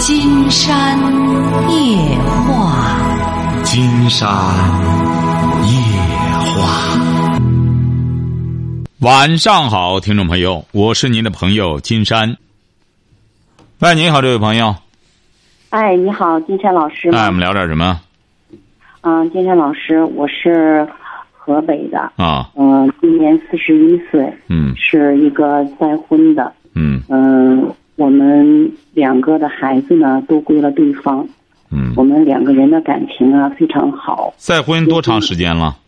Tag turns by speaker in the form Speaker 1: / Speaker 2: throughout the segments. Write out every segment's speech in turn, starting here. Speaker 1: 金山夜话。
Speaker 2: 金山夜话。晚上好，听众朋友，我是您的朋友金山。喂，你好，这位朋友，
Speaker 3: 哎，你好，金山老师
Speaker 2: 哎，我
Speaker 3: 吗？
Speaker 2: 们聊点什么
Speaker 3: 嗯，金山老师，我是河北的，
Speaker 2: 啊？
Speaker 3: 嗯、今年四十一岁，
Speaker 2: 嗯
Speaker 3: 是一个再婚的，
Speaker 2: 嗯
Speaker 3: 嗯、我们两个的孩子呢都归了对方，
Speaker 2: 嗯
Speaker 3: 我，们两个人的感情啊非常好，
Speaker 2: 再婚多长时间了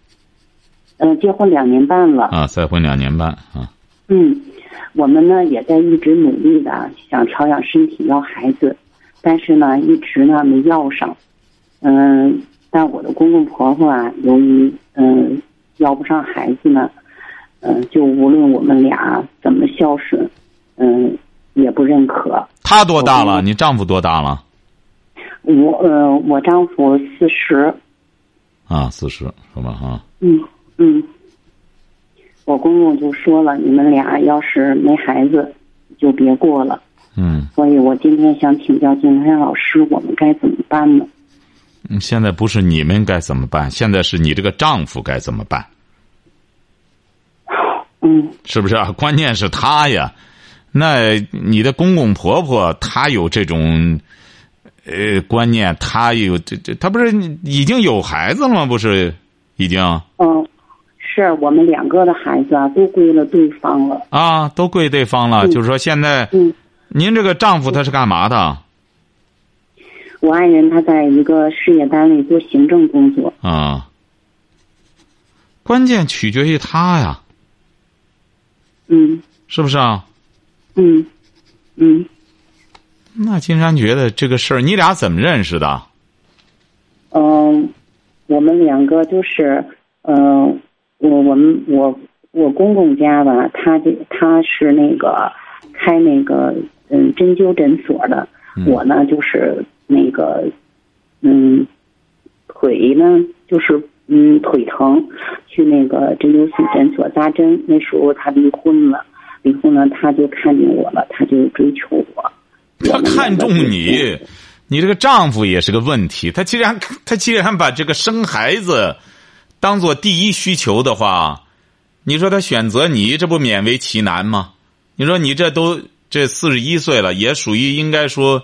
Speaker 3: 嗯、结婚两年半了，
Speaker 2: 啊？再婚两年半啊。
Speaker 3: 嗯，我们呢也在一直努力的想调养身体，要孩子，但是呢一直呢没要上。嗯、但我的公公婆婆啊，由于嗯、要不上孩子呢，嗯、就无论我们俩怎么孝顺，嗯、也不认可。
Speaker 2: 他多大了？你丈夫多大了？
Speaker 3: 我呃，我丈夫四十，
Speaker 2: 啊，四十是吧？啊，
Speaker 3: 嗯嗯，我公公就说了，你们俩要是没孩子，就别过了。
Speaker 2: 嗯，
Speaker 3: 所以我今天想请教金山老师，我们该怎么办呢？
Speaker 2: 嗯现在不是你们该怎么办，现在是你这个丈夫该怎么办。
Speaker 3: 嗯
Speaker 2: 是不是啊？ 关键是他呀，那你的公公婆婆他有这种，呃，观念，他有这这，他不是已经有孩子了吗？不是，已经
Speaker 3: 嗯、是我们两个的孩子啊，都归了对方了。
Speaker 2: 啊，都归对方了。
Speaker 3: 嗯
Speaker 2: 就是说，现在
Speaker 3: 嗯，
Speaker 2: 您这个丈夫他是干嘛的
Speaker 3: 我爱人他在一个事业单位做行政工作。
Speaker 2: 啊？关键取决于他呀，
Speaker 3: 嗯
Speaker 2: 是不是啊？
Speaker 3: 嗯嗯，
Speaker 2: 那金山觉得这个事儿，你俩怎么认识的？
Speaker 3: 嗯、我们两个就是，嗯、我我们我我公公家吧，他这他是那个开那个嗯针灸诊所的，我呢就是那个嗯腿呢就是嗯腿疼，去那个针灸所诊所扎针。那时候他离婚了，离婚了他就看见我了，他就追求我。我
Speaker 2: 他
Speaker 3: 们两个
Speaker 2: 看中
Speaker 3: 就
Speaker 2: 你，你这个丈夫也是个问题。他既然他既然把这个生孩子当做第一需求的话，你说他选择你，这不勉为其难吗？你说你这都这四十一岁了，也属于应该说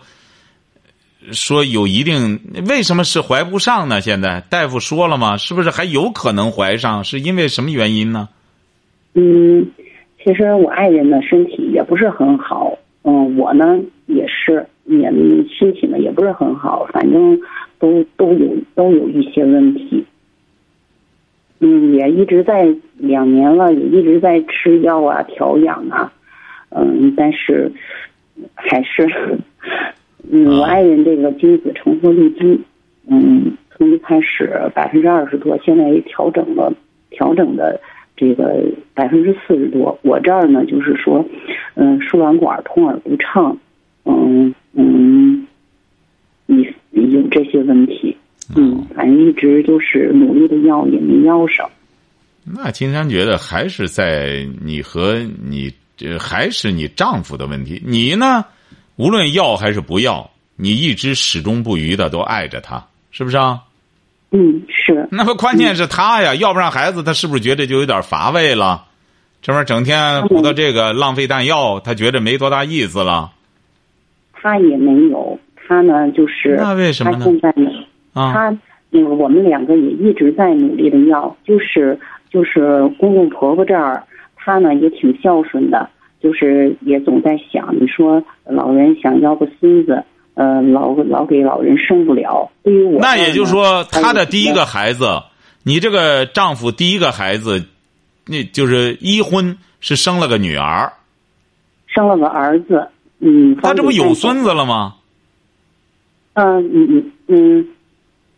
Speaker 2: 说有一定，为什么是怀不上呢？现在大夫说了嘛，是不是还有可能怀上？是因为什么原因呢？
Speaker 3: 嗯，其实我爱人呢身体也不是很好，嗯，我呢也是也身体呢也不是很好，反正都都有都有一些问题。嗯，也一直在两年了，也一直在吃药啊、调养啊，嗯，但是还是，嗯，我爱人这个精子成活率低，嗯，从一开始百分之二十多，现在也调整了，调整的这个百分之四十多。我这儿呢，就是说，嗯、输卵管通而不畅，嗯嗯，你有这些问题，嗯，反正一直就是努力的要也没要上，
Speaker 2: 那金山觉得还是在你和你这还是你丈夫的问题。你呢，无论要还是不要，你一直始终不渝的都爱着他，是不是啊？
Speaker 3: 嗯，是，
Speaker 2: 那么关键是他呀，要不然孩子他是不是觉得就有点乏味了？这玩意儿整天鼓捣这个浪费弹药，他觉得没多大意思了
Speaker 3: 他也没有，他呢就是
Speaker 2: 那为什么呢
Speaker 3: 他现在呢，
Speaker 2: 啊！
Speaker 3: 他那个我们两个也一直在努力的要，就是就是公公婆婆这儿，他呢也挺孝顺的，就是也总在想，你说老人想要个孙子，呃，老老给老人生不了，对于我
Speaker 2: 那也就是说，
Speaker 3: 这儿呢
Speaker 2: 他的第一个，孩子，你这个丈夫第一个孩子，那就是一婚是生了个女儿，
Speaker 3: 生了个儿子，嗯，
Speaker 2: 他这不有孙
Speaker 3: 子，
Speaker 2: 子了吗？
Speaker 3: 嗯嗯嗯嗯，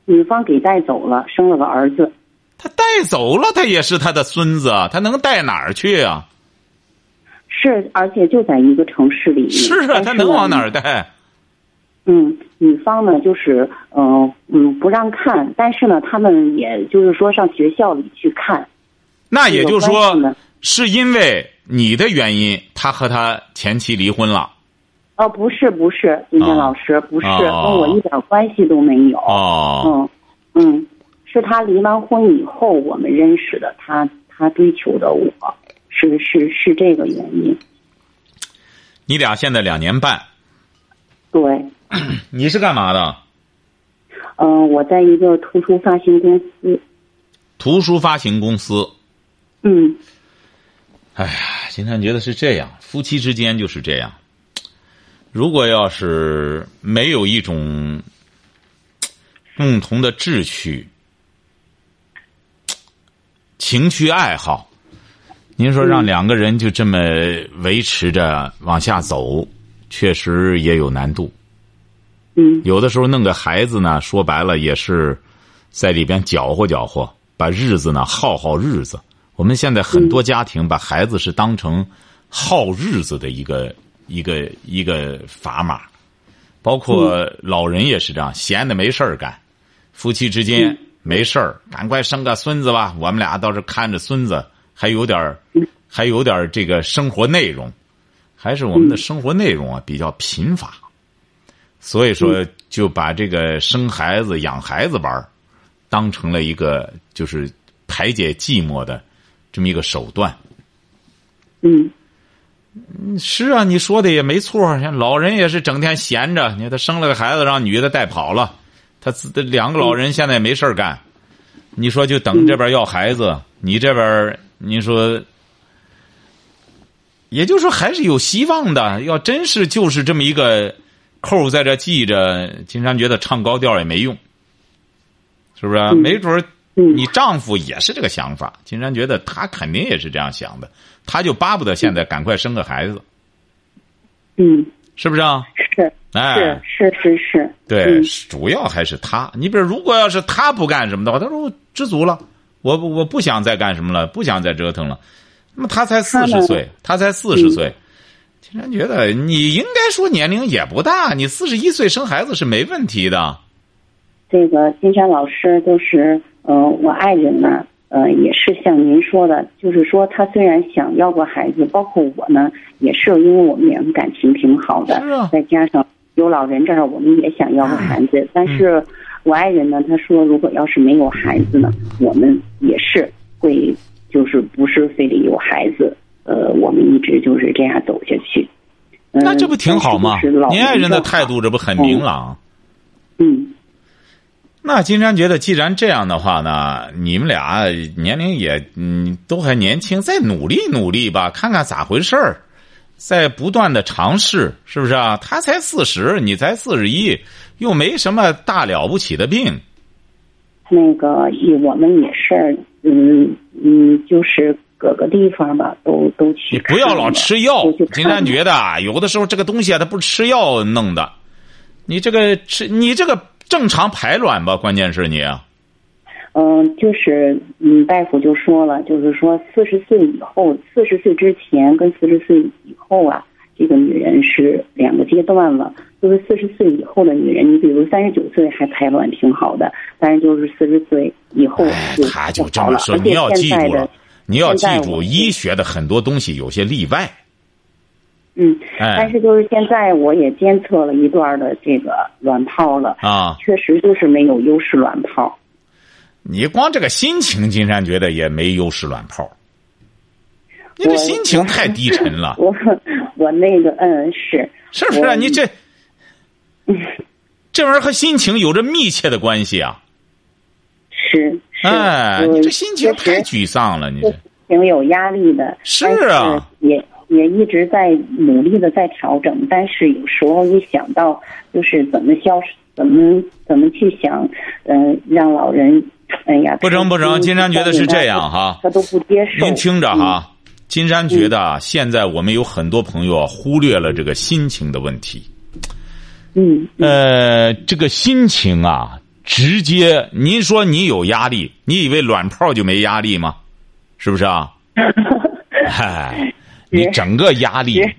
Speaker 3: 女方给带走了，生了个儿子，
Speaker 2: 他带走了，他也是他的孙子，他能带哪儿去啊？
Speaker 3: 是而且就在一个城市里，
Speaker 2: 是啊，
Speaker 3: 但
Speaker 2: 他能
Speaker 3: 呢
Speaker 2: 往哪儿带？
Speaker 3: 嗯，女方呢就是呃嗯不让看，但是呢，他们也就是说上学校里去看。
Speaker 2: 那也就是
Speaker 3: 有关系
Speaker 2: 说
Speaker 3: 呢，
Speaker 2: 是因为你的原因，他和他前妻离婚了。
Speaker 3: 呃，不是不是，金山
Speaker 2: 哦
Speaker 3: 老师不是，
Speaker 2: 哦
Speaker 3: 跟我一点关系都没有。
Speaker 2: 哦，
Speaker 3: 嗯嗯，是他离完婚以后我们认识的，他他追求的我，是是是这个原因。
Speaker 2: 你俩现在两年半，
Speaker 3: 对，
Speaker 2: 你是干嘛的？
Speaker 3: 嗯、我在一个图书发行公司，
Speaker 2: 图书发行公司。
Speaker 3: 嗯
Speaker 2: 哎呀，金山觉得是这样，夫妻之间就是这样。如果要是没有一种共同的志趣、情趣爱好，您说让两个人就这么维持着往下走，确实也有难度。
Speaker 3: 嗯
Speaker 2: 有的时候弄个孩子呢，说白了也是在里边搅和搅和，把日子呢耗耗日子。我们现在很多家庭把孩子是当成耗日子的一个一个一个砝码，包括老人也是这样，闲的没事儿干，夫妻之间没事儿，赶快生个孙子吧，我们俩倒是看着孙子还有点儿还有点儿这个生活内容，还是我们的生活内容啊比较贫乏。所以说就把这个生孩子、养孩子玩儿当成了一个就是排解寂寞的这么一个手段。
Speaker 3: 嗯
Speaker 2: 是啊，你说的也没错儿。像老人也是整天闲着，你看他生了个孩子，让女的带跑了，他自他两个老人现在也没事儿干。你说就等这边要孩子，你这边儿你说，也就是说还是有希望的。要真是就是这么一个扣儿在这系着，金山觉得唱高调也没用，是不是啊？没准儿
Speaker 3: 嗯
Speaker 2: 你丈夫也是这个想法，金山觉得他肯定也是这样想的，他就巴不得现在赶快生个孩子，
Speaker 3: 嗯，
Speaker 2: 是不是啊？
Speaker 3: 是是
Speaker 2: 哎，
Speaker 3: 是是是，
Speaker 2: 对
Speaker 3: 嗯，
Speaker 2: 主要还是他。你比如，如果要是他不干什么的话，他说我知足了，我不我不想再干什么了，不想再折腾了。那么他才四
Speaker 3: 他
Speaker 2: 十
Speaker 3: 呢
Speaker 2: 岁，他才四十
Speaker 3: 嗯
Speaker 2: 岁，金山觉得你应该说年龄也不大，你四十一岁生孩子是没问题的。
Speaker 3: 这个金山老师就是，呃，我爱人呢，呃，也是像您说的，就是说他虽然想要过孩子，包括我呢，也是因为我们两个感情挺好的，
Speaker 2: 是啊哎嗯
Speaker 3: 再加上有老人这儿，我们也想要个孩子，但是我爱人呢，他说如果要是没有孩子呢，我们也是会就是不是非得有孩子，呃，我们一直就是这样走下去。嗯
Speaker 2: 那这不挺好吗？
Speaker 3: 但是老
Speaker 2: 您爱人的态
Speaker 3: 就好，
Speaker 2: 度这不很明朗？
Speaker 3: 嗯
Speaker 2: 那金山觉得，既然这样的话呢，你们俩年龄也嗯都还年轻，再努力努力吧，看看咋回事儿，再不断的尝试，是不是啊？他才四十，你才四十一，又没什么大了不起的病，
Speaker 3: 那个以我们也是，嗯嗯，就是各个地方吧，都都去
Speaker 2: 你
Speaker 3: 看了。
Speaker 2: 不要老吃药
Speaker 3: 都去。看
Speaker 2: 金山
Speaker 3: 了
Speaker 2: 觉得啊，有的时候这个东西啊，它不吃药弄的，你这个吃你这个正常排卵吧，关键是你啊
Speaker 3: 嗯、就是嗯，大夫就说了，就是说四十岁以后，四十岁之前跟四十岁以后啊，这个女人是两个阶段了。就是四十岁以后的女人，你比如三十九岁还排卵挺好的，但是就是四十岁以后
Speaker 2: 哎
Speaker 3: 就
Speaker 2: 他就
Speaker 3: 不
Speaker 2: 这
Speaker 3: 好
Speaker 2: 么
Speaker 3: 了
Speaker 2: 说，
Speaker 3: 而
Speaker 2: 你
Speaker 3: 且
Speaker 2: 要记
Speaker 3: 现在
Speaker 2: 住
Speaker 3: 的
Speaker 2: 了，你要记
Speaker 3: 现在我
Speaker 2: 住，
Speaker 3: 们
Speaker 2: 医学的很多东西有些例外。
Speaker 3: 嗯，
Speaker 2: 哎
Speaker 3: 但是就是现在我也监测了一段的这个卵泡了，
Speaker 2: 啊，
Speaker 3: 确实就是没有优势卵泡。
Speaker 2: 你光这个心情，金山觉得也没优势卵泡。你这
Speaker 3: 我
Speaker 2: 心情太低沉了，
Speaker 3: 我我那个嗯是
Speaker 2: 是不是啊、
Speaker 3: 我
Speaker 2: 你这， 这玩意儿和心情有着密切的关系啊！
Speaker 3: 是是，
Speaker 2: 哎，
Speaker 3: 嗯
Speaker 2: 你这心情
Speaker 3: 确
Speaker 2: 太
Speaker 3: 实
Speaker 2: 沮丧了，你这
Speaker 3: 是挺有压力的。
Speaker 2: 是
Speaker 3: 但
Speaker 2: 啊
Speaker 3: 也也一直在努力的在调整，但是有时候一想到就是怎么消，怎么怎么去想，嗯、让老人，哎呀，
Speaker 2: 不成不成。金山觉得是这样哈、
Speaker 3: 他都不接受。
Speaker 2: 您听着
Speaker 3: 嗯
Speaker 2: 哈，金山觉得啊，现在我们有很多朋友啊忽略了这个心情的问题。
Speaker 3: 嗯，嗯
Speaker 2: 呃，这个心情啊，直接您说你有压力，你以为卵泡就没压力吗？是不是 啊？哎，你整个压力
Speaker 3: 是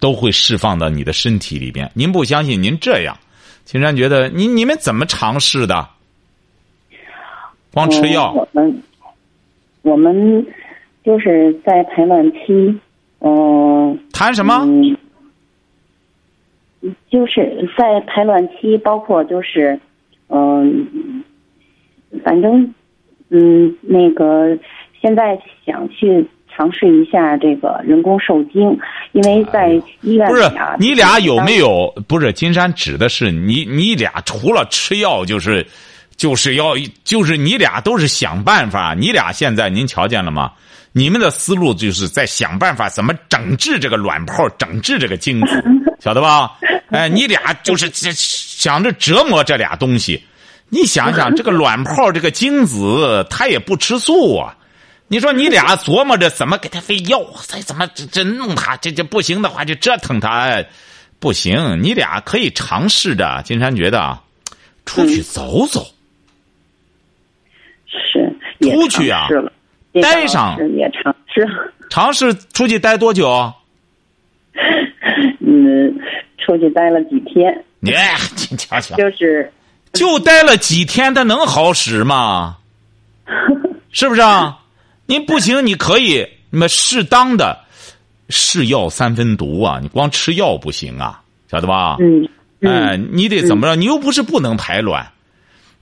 Speaker 2: 都会释放到你的身体里边。您不相信，您这样，青山觉得你你们怎么尝试的？光吃药，
Speaker 3: 嗯我们我们就是在排卵期，嗯、
Speaker 2: 谈什么？
Speaker 3: 嗯，就是在排卵期，包括就是，嗯、反正，嗯，那个现在想去尝试一下这个人工受精，因为在医院
Speaker 2: 哎不
Speaker 3: 里
Speaker 2: 是
Speaker 3: 啊，
Speaker 2: 你俩有没
Speaker 3: 有？
Speaker 2: 有？不是，金山指的是你，你俩除了吃药就是，就是要就是你俩都是想办法。你俩现在您瞧见了吗？你们的思路就是在想办法怎么整治这个卵泡，整治这个精 子，晓得吧？哎，你俩就是这想着折磨这俩东西。你想想，这个卵泡，这个精子，它也不吃素啊。你说你俩琢磨着怎么给他喂药，再怎么这这弄他，这这不行的话就折腾他，哎不行，你俩可以尝试着。金山觉得啊，出去走走，
Speaker 3: 是也
Speaker 2: 出去啊
Speaker 3: 尝试了，这个
Speaker 2: 待上
Speaker 3: 是也尝试了，
Speaker 2: 尝试出去待多久？
Speaker 3: 嗯，出去待了几天，
Speaker 2: 你哎你瞧瞧，
Speaker 3: 就是
Speaker 2: 就待了几天，他能好使吗？是不是啊？您不行，你可以，那么适当的，是药三分毒啊，你光吃药不行啊，晓得吧？
Speaker 3: 嗯
Speaker 2: 哎，
Speaker 3: 嗯
Speaker 2: 你得怎么着？你又不是不能排卵，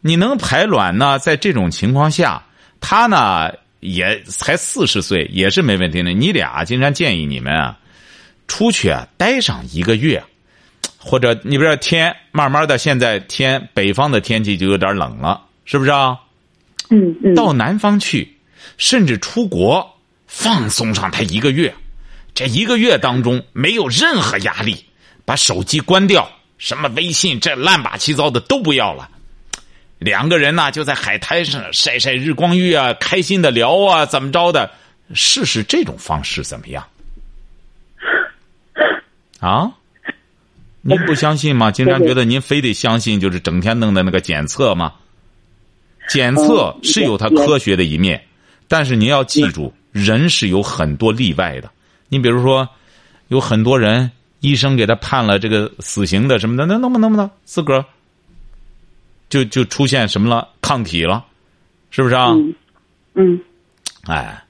Speaker 2: 你能排卵呢？在这种情况下，他呢也才四十岁，也是没问题的。你俩经常建议你们啊，出去啊待上一个月，或者你比如说天慢慢的，现在天北方的天气就有点冷了，是不是啊？
Speaker 3: 嗯嗯，
Speaker 2: 到南方去，甚至出国放松上他一个月。这一个月当中没有任何压力，把手机关掉，什么微信这乱八七糟的都不要了。两个人呢、就在海滩上晒晒日光浴啊，开心的聊啊，怎么着的？试试这种方式怎么样？啊？您不相信吗？经常觉得您非得相信，就是整天弄的那个检测吗？检测
Speaker 3: 嗯
Speaker 2: 是有它
Speaker 3: 也
Speaker 2: 科学的一面，但是您要记住，人是有很多例外的。你比如说，有很多人医生给他判了这个死刑的什么的，那能不能不能自个儿就就出现什么了抗体了，是不是啊？
Speaker 3: 嗯嗯
Speaker 2: 哎，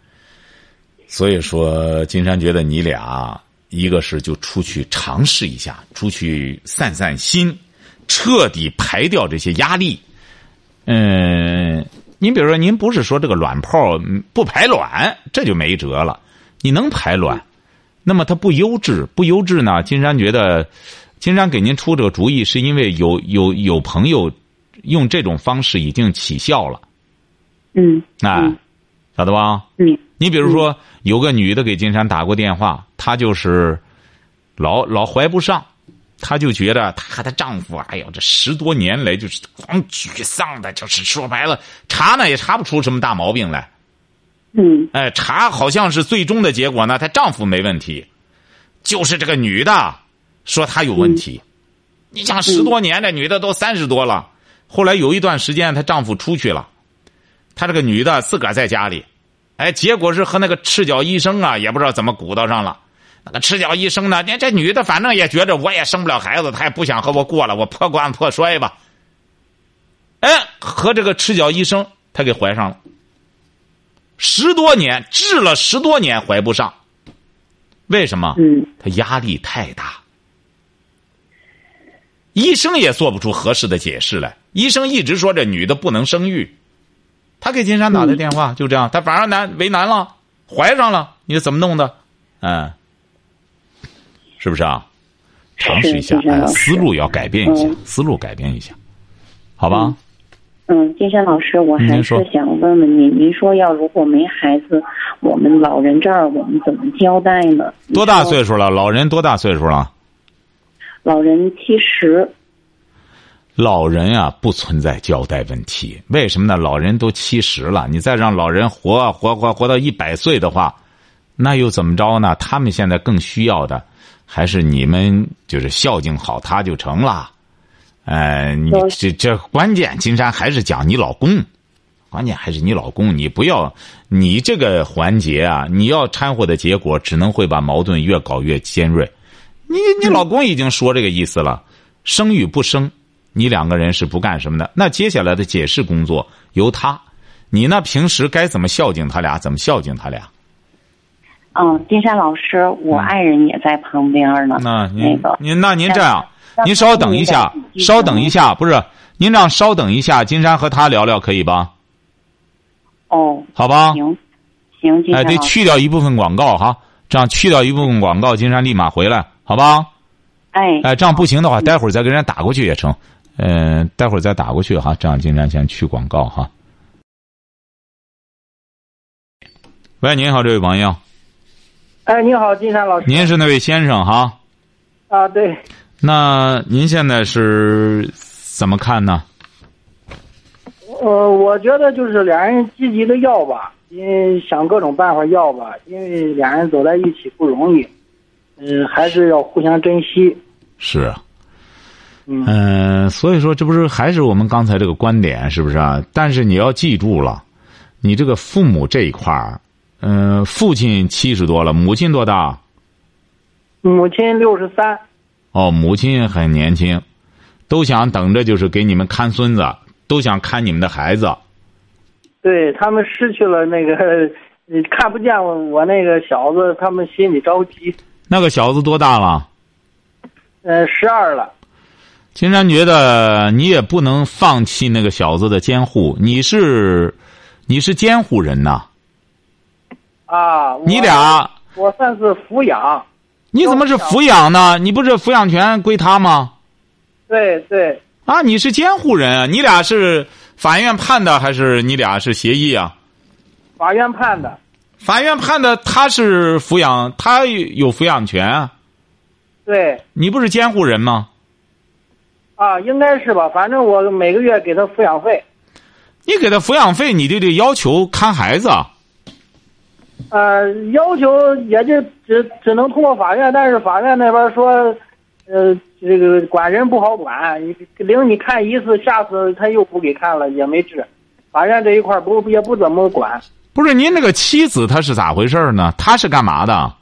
Speaker 2: 所以说，金山觉得你俩一个是就出去尝试一下，出去散散心，彻底排掉这些压力。嗯，您比如说，您不是说这个卵泡嗯不排卵，这就没辙了。你能排卵，那么它不优质，不优质呢？金山觉得，金山给您出这个主意，是因为有有有朋友用这种方式已经起效了，
Speaker 3: 嗯
Speaker 2: 哎，
Speaker 3: 嗯
Speaker 2: 晓得吧？
Speaker 3: 嗯
Speaker 2: 你比如说，有个女的给金山打过电话，她就是老老怀不上，她就觉得她和她丈夫，哎呦，这十多年来就是光沮丧的，就是说白了，查呢也查不出什么大毛病来。
Speaker 3: 嗯
Speaker 2: 哎，查好像是最终的结果呢，她丈夫没问题，就是这个女的说她有问题。你想十多年，这女的都三十多了，后来有一段时间她丈夫出去了，她这个女的自个儿在家里，哎，结果是和那个赤脚医生啊，也不知道怎么鼓捣上了。那个赤脚医生呢，这这女的反正也觉着我也生不了孩子，她也不想和我过了，我破罐子破摔吧。哎，和这个赤脚医生，她给怀上了。十多年治了十多年怀不上，为什么？
Speaker 3: 嗯
Speaker 2: 他压力太大，医生也做不出合适的解释来。医生一直说这女的不能生育，他给金山打的
Speaker 3: 嗯
Speaker 2: 电话、就这样，他反而难为难了，怀上了，你是怎么弄的？嗯，是不是啊？尝试一下，
Speaker 3: 是是
Speaker 2: 哎
Speaker 3: 老师
Speaker 2: 思路要改变一下
Speaker 3: 嗯，
Speaker 2: 思路改变一下，好吧？
Speaker 3: 嗯嗯，金山老师，我还
Speaker 2: 您
Speaker 3: 是
Speaker 2: 说
Speaker 3: 想问问您，您说要如果没孩子，我们老人这儿我们怎么交代呢？
Speaker 2: 多大
Speaker 3: 你说
Speaker 2: 岁数了？老人多大岁数了？
Speaker 3: 老人七十，
Speaker 2: 老人啊，不存在交代问题。为什么呢？老人都七十了，你再让老人活啊活活活到一百岁的话，那又怎么着呢？他们现在更需要的，还是你们就是孝敬好他就成了。呃，你
Speaker 3: 对
Speaker 2: 这这关键，金山还是讲你老公，关键还是你老公，你不要你这个环节啊，你要掺和的结果，只能会把矛盾越搞越尖锐。你你老公已经说这个意思了，生与不生，你两个人是不干什么的。那接下来的解释工作由他，你呢平时该怎么孝敬他俩，怎么孝敬他俩？
Speaker 3: 啊嗯，金山老师，我爱人也在旁边呢。
Speaker 2: 那您
Speaker 3: 那个
Speaker 2: 您那您这样，您稍等一下，稍等一。下，不是您让稍等一下，金山和他聊聊可以吧？
Speaker 3: 哦，
Speaker 2: 好吧？
Speaker 3: 行，行，金
Speaker 2: 啊哎，
Speaker 3: 山
Speaker 2: 得
Speaker 3: 老师
Speaker 2: 去掉一部分广告哈，这样去掉一部分广告，金山立马回来，好吧？
Speaker 3: 哎，
Speaker 2: 哎，这样不行的话，待会儿再给人家打过去也成。嗯、待会儿再打过去哈，这样金山先去广告哈。喂，您好，这位朋友，
Speaker 4: 哎，你好，金山老师。
Speaker 2: 您是那位先生哈？
Speaker 4: 啊，对，
Speaker 2: 那您现在是怎么看呢？
Speaker 4: 呃，我觉得就是俩人积极的要吧，因为想各种办法要吧，因为俩人走在一起不容易，嗯、还是要互相珍惜。
Speaker 2: 是啊，
Speaker 4: 嗯
Speaker 2: 嗯、所以说这不是还是我们刚才这个观点是不是啊？但是你要记住了，你这个父母这一块儿，嗯、父亲七十多了，母亲多大？
Speaker 4: 母亲六十三，
Speaker 2: 哦，母亲很年轻，都想等着就是给你们看孙子，都想看你们的孩子。
Speaker 4: 对他们失去了那个， 你看不见我我那个小子，他们心里着急。
Speaker 2: 那个小子多大了？
Speaker 4: 呃，十二了，
Speaker 2: 金山觉得你也不能放弃那个小子的监护，你是，你是监护人呐、
Speaker 4: 啊，
Speaker 2: 你
Speaker 4: 我
Speaker 2: 俩
Speaker 4: 我算是抚养，
Speaker 2: 你怎么是抚养呢？你不是抚养权归他吗？
Speaker 4: 对对，
Speaker 2: 啊，你是监护人啊？你俩是法院判的还是你俩是协议啊？
Speaker 4: 法院判的，
Speaker 2: 法院判的他是抚养，他有抚养权啊。
Speaker 4: 对。
Speaker 2: 你不是监护人吗？
Speaker 4: 啊，应该是吧，反正我每个月给他抚养费，
Speaker 2: 你给他抚养费，你就得要求看孩子啊。
Speaker 4: 呃，要求也就只只能通过法院，但是法院那边说，呃，这个管人不好管，领你看一次，下次他又不给看了，也没治。法院这一块儿不也不怎么管，
Speaker 2: 不是您那个妻子她是咋回事儿呢？她是干嘛的？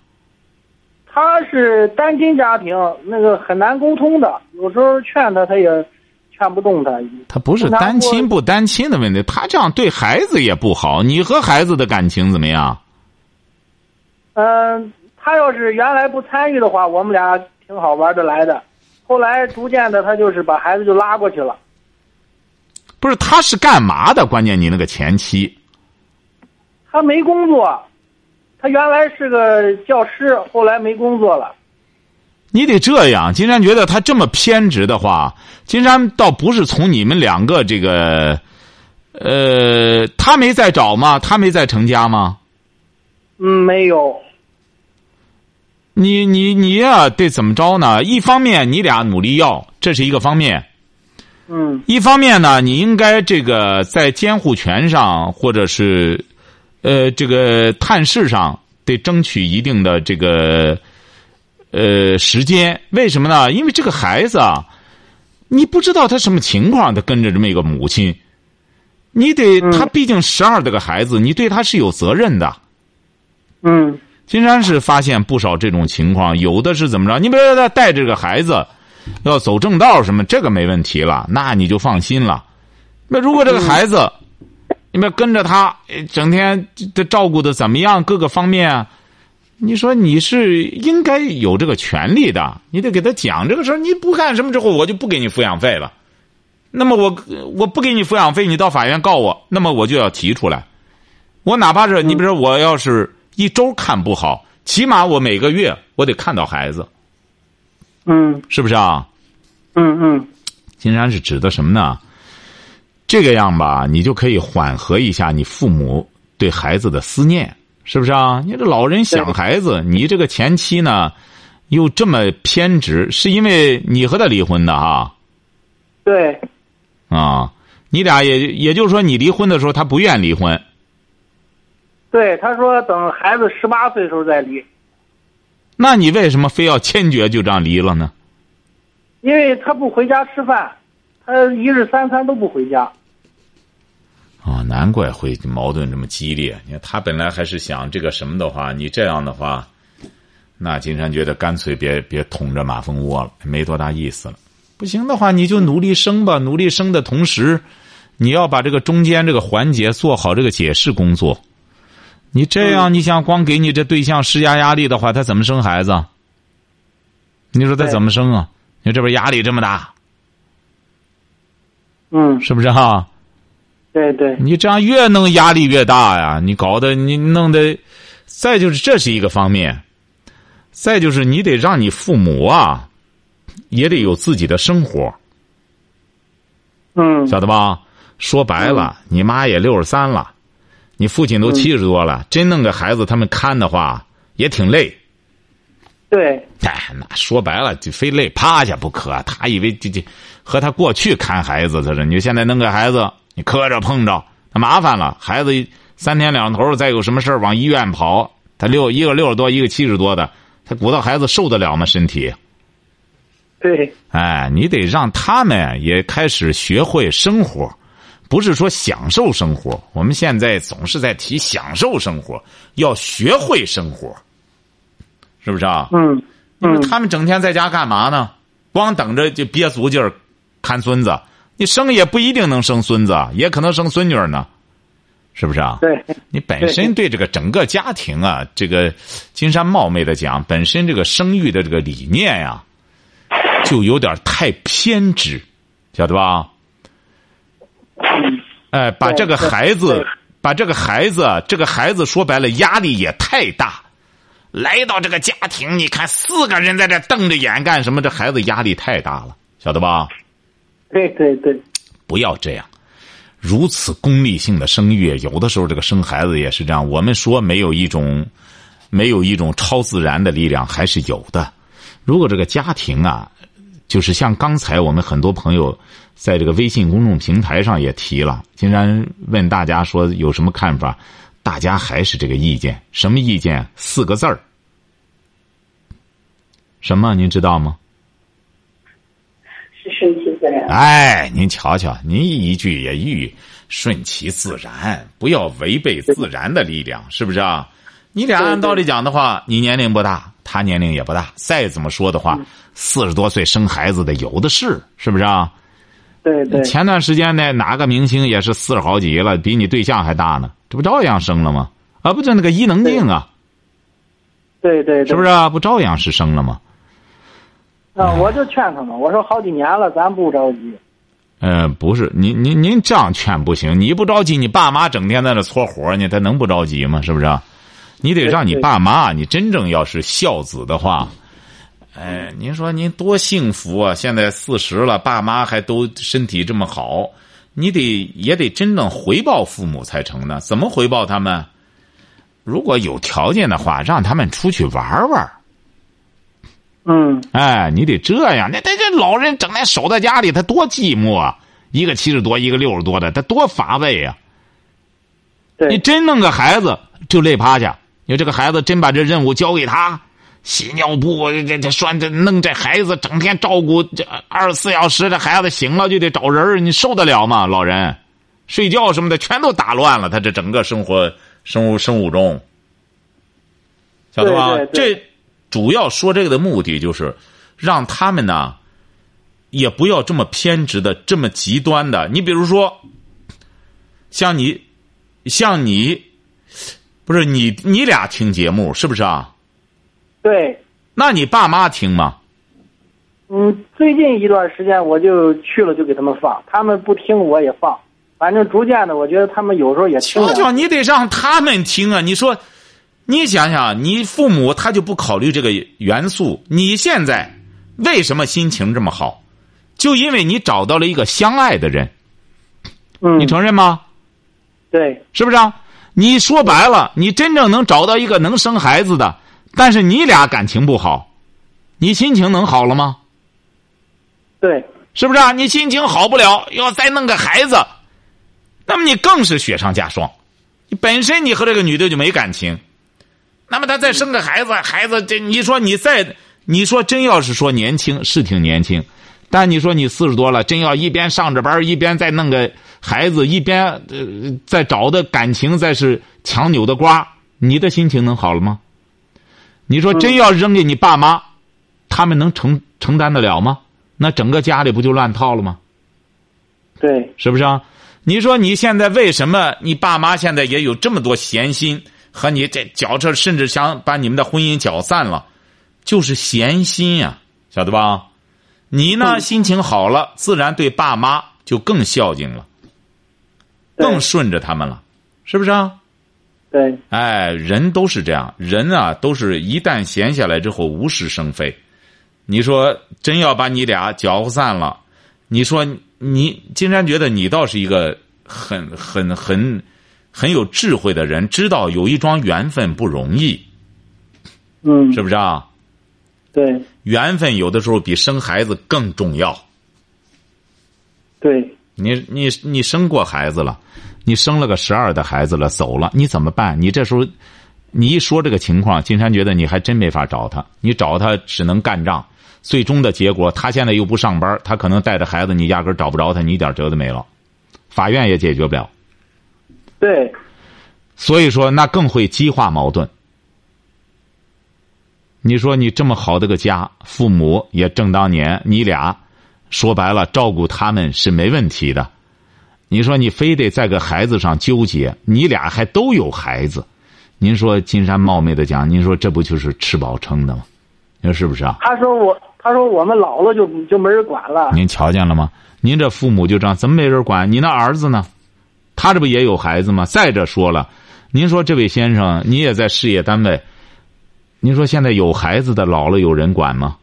Speaker 4: 他是单亲家庭，那个很难沟通的，有时候劝他他也劝不动他。
Speaker 2: 她不是
Speaker 4: 那我
Speaker 2: 单亲不单亲的问题，她这样对孩子也不好。你和孩子的感情怎么样？
Speaker 4: 嗯、他要是原来不参与的话，我们俩挺好玩得来的。后来逐渐的，他就是把孩子就拉过去了。
Speaker 2: 不是，她是干嘛的？关键你那个前妻
Speaker 4: 他没工作，他原来是个教师，后来没工作了。
Speaker 2: 你得这样，金山觉得他这么偏执的话，金山倒不是从你们两个这个，呃，他没在找吗？他没在成家吗？
Speaker 4: 嗯，没有。
Speaker 2: 你你你呀、得怎么着呢？一方面你俩努力要，这是一个方面；
Speaker 4: 嗯
Speaker 2: 一方面呢，你应该这个在监护权上，或者是，呃，这个探视上，得争取一定的这个，呃，时间。为什么呢？因为这个孩子啊，你不知道他什么情况，他跟着这么一个母亲，你得他毕竟十二这个孩子，你对他是有责任的。
Speaker 4: 嗯
Speaker 2: 金山是发现不少这种情况，有的是怎么着？你比如说他带着个孩子，要走正道什么，这个没问题了，那你就放心了。那如果这个孩子，你们跟着他，呃整天这照顾的怎么样，各个方面啊，你说你是应该有这个权利的，你得给他讲这个事儿。你不干什么之后，我就不给你抚养费了。那么我我不给你抚养费，你到法院告我，那么我就要提出来。我哪怕是你比如说，我要是一周看不好，起码我每个月我得看到孩子，
Speaker 4: 嗯
Speaker 2: 是不是啊？
Speaker 4: 嗯嗯
Speaker 2: 金山是指的什么呢？这个样吧，你就可以缓和一下你父母对孩子的思念，是不是啊？你这老人想孩子，你这个前妻呢，又这么偏执，是因为你和他离婚的啊？
Speaker 4: 对，
Speaker 2: 啊，你俩也也就是说，你离婚的时候他不愿离婚，
Speaker 4: 对，他说等孩子十八岁时候再离，
Speaker 2: 那你为什么非要坚决就这样离了呢？
Speaker 4: 因为他不回家吃饭，他一日三餐都不回家。
Speaker 2: 啊，难怪会矛盾这么激烈。你看，他本来还是想这个什么的话，你这样的话，那金山觉得干脆别别捅着马蜂窝了，没多大意思了。不行的话，你就努力生吧。努力生的同时，你要把这个中间这个环节做好这个解释工作。你这样，你想光给你这对象施加压力的话，他怎么生孩子啊？你说他
Speaker 4: 对
Speaker 2: 怎么生啊？你说这边压力这么大，
Speaker 4: 嗯，
Speaker 2: 是不是哈、
Speaker 4: 对对，
Speaker 2: 你这样越弄压力越大呀！你搞得你弄得，再就是这是一个方面，再就是你得让你父母啊，也得有自己的生活，
Speaker 4: 嗯
Speaker 2: 晓得吧？说白了，你妈也六十三了，你父亲都七十多了，真弄个孩子他们看的话也挺累。
Speaker 4: 对，
Speaker 2: 哎，那说白了就非累趴下不可。啊他以为这这和他过去看孩子，他说你现在弄个孩子，你磕着碰着，那麻烦了。孩子三天两头再有什么事儿往医院跑，他六一个六十多，一个七十多的，他鼓捣孩子受得了吗？身体？
Speaker 4: 对，
Speaker 2: 哎，你得让他们也开始学会生活，不是说享受生活。我们现在总是在提享受生活，要学会生活，是不是啊？
Speaker 4: 嗯
Speaker 2: 你说
Speaker 4: 嗯
Speaker 2: 他们整天在家干嘛呢？光等着就憋足劲儿看孙子，你生也不一定能生孙子，也可能生孙女儿呢，是不是啊？
Speaker 4: 对，
Speaker 2: 你本身对这个整个家庭啊，这个金山冒昧的讲，本身这个生育的这个理念呀、就有点太偏执，晓得吧？哎，把
Speaker 4: 对
Speaker 2: 这个
Speaker 4: 对
Speaker 2: 孩子
Speaker 4: 对，
Speaker 2: 把这个孩子，啊这个孩子说白了压力也太大。来到这个家庭，你看四个人在这瞪着眼干什么？这孩子压力太大了，晓得吧？
Speaker 4: 对对对，
Speaker 2: 不要这样。如此功利性的生育，有的时候这个生孩子也是这样。我们说没有一种，没有一种超自然的力量，还是有的。如果这个家庭啊，就是像刚才我们很多朋友在这个微信公众平台上也提了，竟然问大家说有什么看法，大家还是这个意见。什么意见？四个字儿。什么？您知道吗？
Speaker 3: 是顺其自然。
Speaker 2: 哎，您瞧瞧，您一句也一句，顺其自然，不要违背自然的力量，是不是啊？你俩
Speaker 4: 对对
Speaker 2: 按道理讲的话，你年龄不大，他年龄也不大，再怎么说的
Speaker 4: 嗯
Speaker 2: 话，四十多岁生孩子的有的是，是不是啊？
Speaker 4: 对对，
Speaker 2: 前段时间呢，哪个明星也是四十好几了，比你对象还大呢，这不照样生了吗？啊，不就那个伊能静啊，
Speaker 4: 对对，对
Speaker 2: 是不是？啊？不照样是生了吗？
Speaker 4: 啊，我就劝他们，我说好几年了，咱不着急。
Speaker 2: 呃，不是，您您您这样劝不行。你不着急，你爸妈整天在那搓火呢，他能不着急吗？是不是啊？你得让你
Speaker 4: 对
Speaker 2: 爸妈，你真正要是孝子的话，哎，您说您多幸福啊！现在四十了，爸妈还都身体这么好，你得也得真正回报父母才成呢。怎么回报他们？如果有条件的话，让他们出去玩玩儿。
Speaker 4: 嗯，
Speaker 2: 哎，你得这样，那那这老人整天守在家里，他多寂寞啊！一个七十多，一个六十多的，他多乏味呀、你
Speaker 4: 对
Speaker 2: 真弄个孩子就累趴下，你说这个孩子真把这任务交给他，洗尿布，这这拴这弄这孩子，整天照顾这二十四小时，这孩子醒了就得找人儿你受得了吗？老人，睡觉什么的全都打乱了，他这整个生活生活生物钟，晓得吧？
Speaker 4: 对对
Speaker 2: 这主要说这个的目的就是让他们呢，也不要这么偏执的、这么极端的。你比如说，像你，像你，不是你，你俩听节目是不是啊？
Speaker 4: 对，
Speaker 2: 那你爸妈听吗？
Speaker 4: 嗯，最近一段时间我就去了，就给他们放，他们不听我也放，反正逐渐的，我觉得他们有时候也听
Speaker 2: 瞧
Speaker 4: 我。
Speaker 2: 瞧，你得让他们听啊！你说，你想想，你父母他就不考虑这个元素，你现在为什么心情这么好？就因为你找到了一个相爱的人，
Speaker 4: 嗯
Speaker 2: 你，承认吗？
Speaker 4: 对
Speaker 2: 是不是、啊？你说白了，你真正能找到一个能生孩子的，但是你俩感情不好，你心情能好了吗？
Speaker 4: 对
Speaker 2: 是不是、啊？你心情好不了，要再弄个孩子，那么你更是雪上加霜。你本身你和这个女的就没感情，那么她再生个孩子，孩子这你说你再你说真要是说年轻是挺年轻，但你说你四十多了，真要一边上着班一边再弄个孩子，一边呃再找的感情再是强扭的瓜，你的心情能好了吗？你说真要扔给你爸妈，他们能承承担得了吗？那整个家里不就乱套了吗？
Speaker 4: 对
Speaker 2: 是不是啊？你说你现在为什么你爸妈现在也有这么多闲心和你这搅扯，甚至啊想把你们的婚姻搅散了，就是闲心呀、晓得吧？你呢，心情好了，自然对爸妈就更孝敬了，
Speaker 4: 对
Speaker 2: 更顺着他们了，是不是啊？
Speaker 4: 对
Speaker 2: 哎，人都是这样，人啊，都是一旦闲下来之后无事生非。你说真要把你俩搅和散了，你说你金山觉得你倒是一个很很很很有智慧的人，知道有一桩缘分不容易，
Speaker 4: 嗯
Speaker 2: 是不是啊？
Speaker 4: 对
Speaker 2: 缘分有的时候比生孩子更重要。
Speaker 4: 对
Speaker 2: 你你你生过孩子了，你生了个十二的孩子了，走了，你怎么办？你这时候，你一说这个情况，金山觉得你还真没法找他，你找他只能干仗。最终的结果，他现在又不上班，他可能带着孩子，你压根儿找不着他，你一点辙都没了，法院也解决不了。
Speaker 4: 对
Speaker 2: 所以说，那更会激化矛盾。你说你这么好的个家，父母也正当年，你俩说白了照顾他们是没问题的。你说你非得在个孩子上纠结，你俩还都有孩子，您说金山冒昧的讲，您说这不就是吃饱撑的吗？你说是不是啊？
Speaker 4: 他说我他说我们老了就就没人管了，
Speaker 2: 您瞧见了吗？您这父母就这样，怎么没人管？你那儿子呢？他这不也有孩子吗？再者说了，您说这位先生，你也在事业单位，您说现在有孩子的老了有人管吗？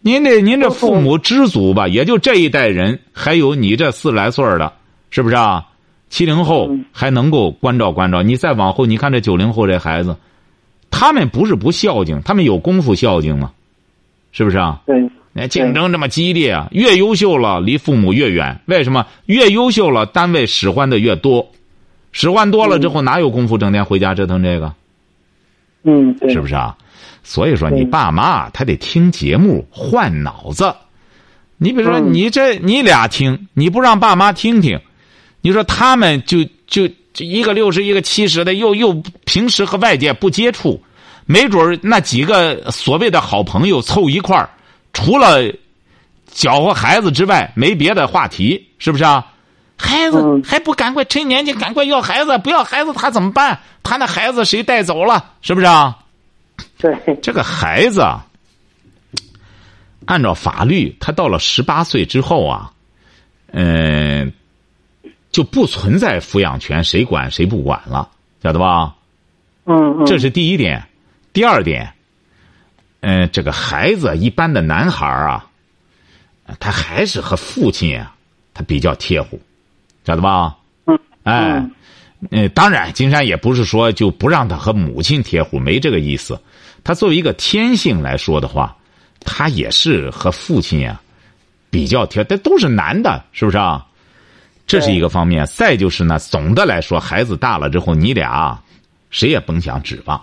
Speaker 2: 您这您这父母知足吧，也就这一代人，还有你这四十来岁儿的，是不是啊？七零后
Speaker 4: 嗯
Speaker 2: 还能够关照关照，你再往后，你看这九零后这孩子，他们不是不孝敬，他们有功夫孝敬吗？是不是啊？
Speaker 4: 对
Speaker 2: 那竞争这么激烈啊，越优秀了离父母越远。为什么？越优秀了，单位使唤的越多，使唤多了之后，哪有功夫整天回家折腾这个？
Speaker 4: 嗯对
Speaker 2: 是不是啊？所以说，
Speaker 4: 对
Speaker 2: 你爸妈他得听节目换脑子。你比如说，
Speaker 4: 嗯
Speaker 2: 你这你俩听，你不让爸妈听听，你说他们就就就一个六十，一个七十的，又又平时和外界不接触，没准儿那几个所谓的好朋友凑一块儿，除了搅和孩子之外，没别的话题，是不是啊？孩子
Speaker 4: 嗯
Speaker 2: 还不赶快趁年轻赶快要孩子，不要孩子他怎么办？他那孩子谁带走了？是不是啊？
Speaker 4: 对
Speaker 2: 这个孩子啊，按照法律，他到了十八岁之后啊，嗯、就不存在抚养权，谁管谁不管了，晓得吧？
Speaker 4: 嗯嗯
Speaker 2: 这是第一点。第二点，嗯、这个孩子一般的男孩儿啊，他还是和父亲啊，他比较贴乎，晓得吧？
Speaker 4: 嗯
Speaker 2: 哎。
Speaker 4: 嗯
Speaker 2: 呃，当然，金山也不是说就不让他和母亲贴乎，没这个意思。他作为一个天性来说的话，他也是和父亲呀、比较贴，但都是男的，是不是啊？这是一个方面。再就是呢，总的来说，孩子大了之后，你俩啊谁也甭想指望。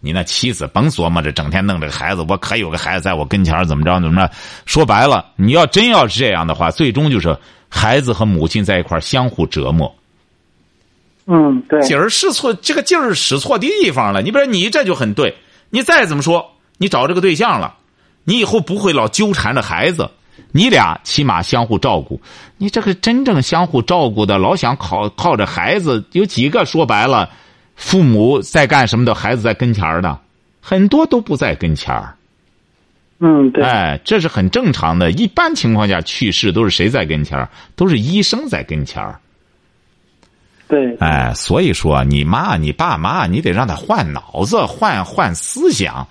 Speaker 2: 你那妻子甭琢磨着，整天弄这个孩子，我可有个孩子在我跟前儿怎么着怎么着。说白了，你要真要是这样的话，最终就是孩子和母亲在一块儿相互折磨。
Speaker 4: 嗯对
Speaker 2: 劲儿是错，这个劲儿使错地方了。你比如说你这就很对，你再怎么说，你找这个对象了，你以后不会老纠缠着孩子，你俩起码相互照顾。你这个真正相互照顾的，老想靠靠着孩子，有几个说白了，父母在干什么的，孩子在跟前儿的，很多都不在跟前儿。
Speaker 4: 嗯对
Speaker 2: 哎，这是很正常的。一般情况下，去世都是谁在跟前儿？都是医生在跟前儿。
Speaker 4: 对
Speaker 2: 哎，所以说你妈你爸妈，你得让他换脑子，换换思想。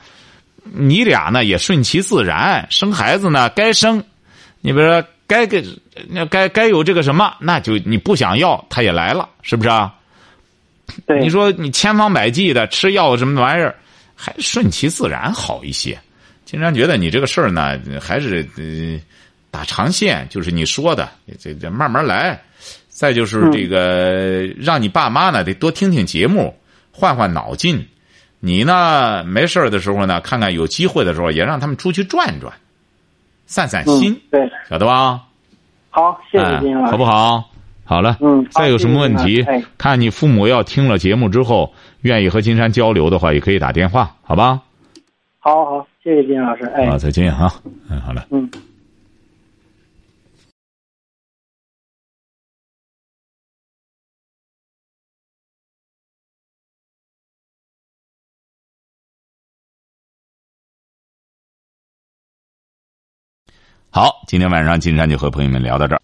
Speaker 2: 你俩呢也顺其自然，生孩子呢该生，你比如说该给那该该有这个什么，那就你不想要，他也来了，是不是啊？
Speaker 4: 对
Speaker 2: 你说你千方百计的吃药什么玩意儿，还顺其自然好一些。经常觉得你这个事儿呢，还是呃打长线，就是你说的，这这慢慢来。再就是这个，让你爸妈呢得多听听节目，换换脑筋。你呢没事儿的时候呢，看看有机会的时候，也让他们出去转转，散散
Speaker 4: 嗯
Speaker 2: 心，
Speaker 4: 对
Speaker 2: 晓得吧？
Speaker 4: 好谢谢
Speaker 2: 哎
Speaker 4: 金老师
Speaker 2: 好不好？好了，
Speaker 4: 嗯好
Speaker 2: 再有什么问
Speaker 4: 谢谢
Speaker 2: 题
Speaker 4: 您啊哎，
Speaker 2: 看你父母要听了节目之后，愿意和金山交流的话，也可以打电话，好吧？啊
Speaker 4: 好好谢谢金老师哎
Speaker 2: 好，再见哈。嗯，好了。
Speaker 4: 嗯。
Speaker 2: 好，今天晚上金山就和朋友们聊到这儿。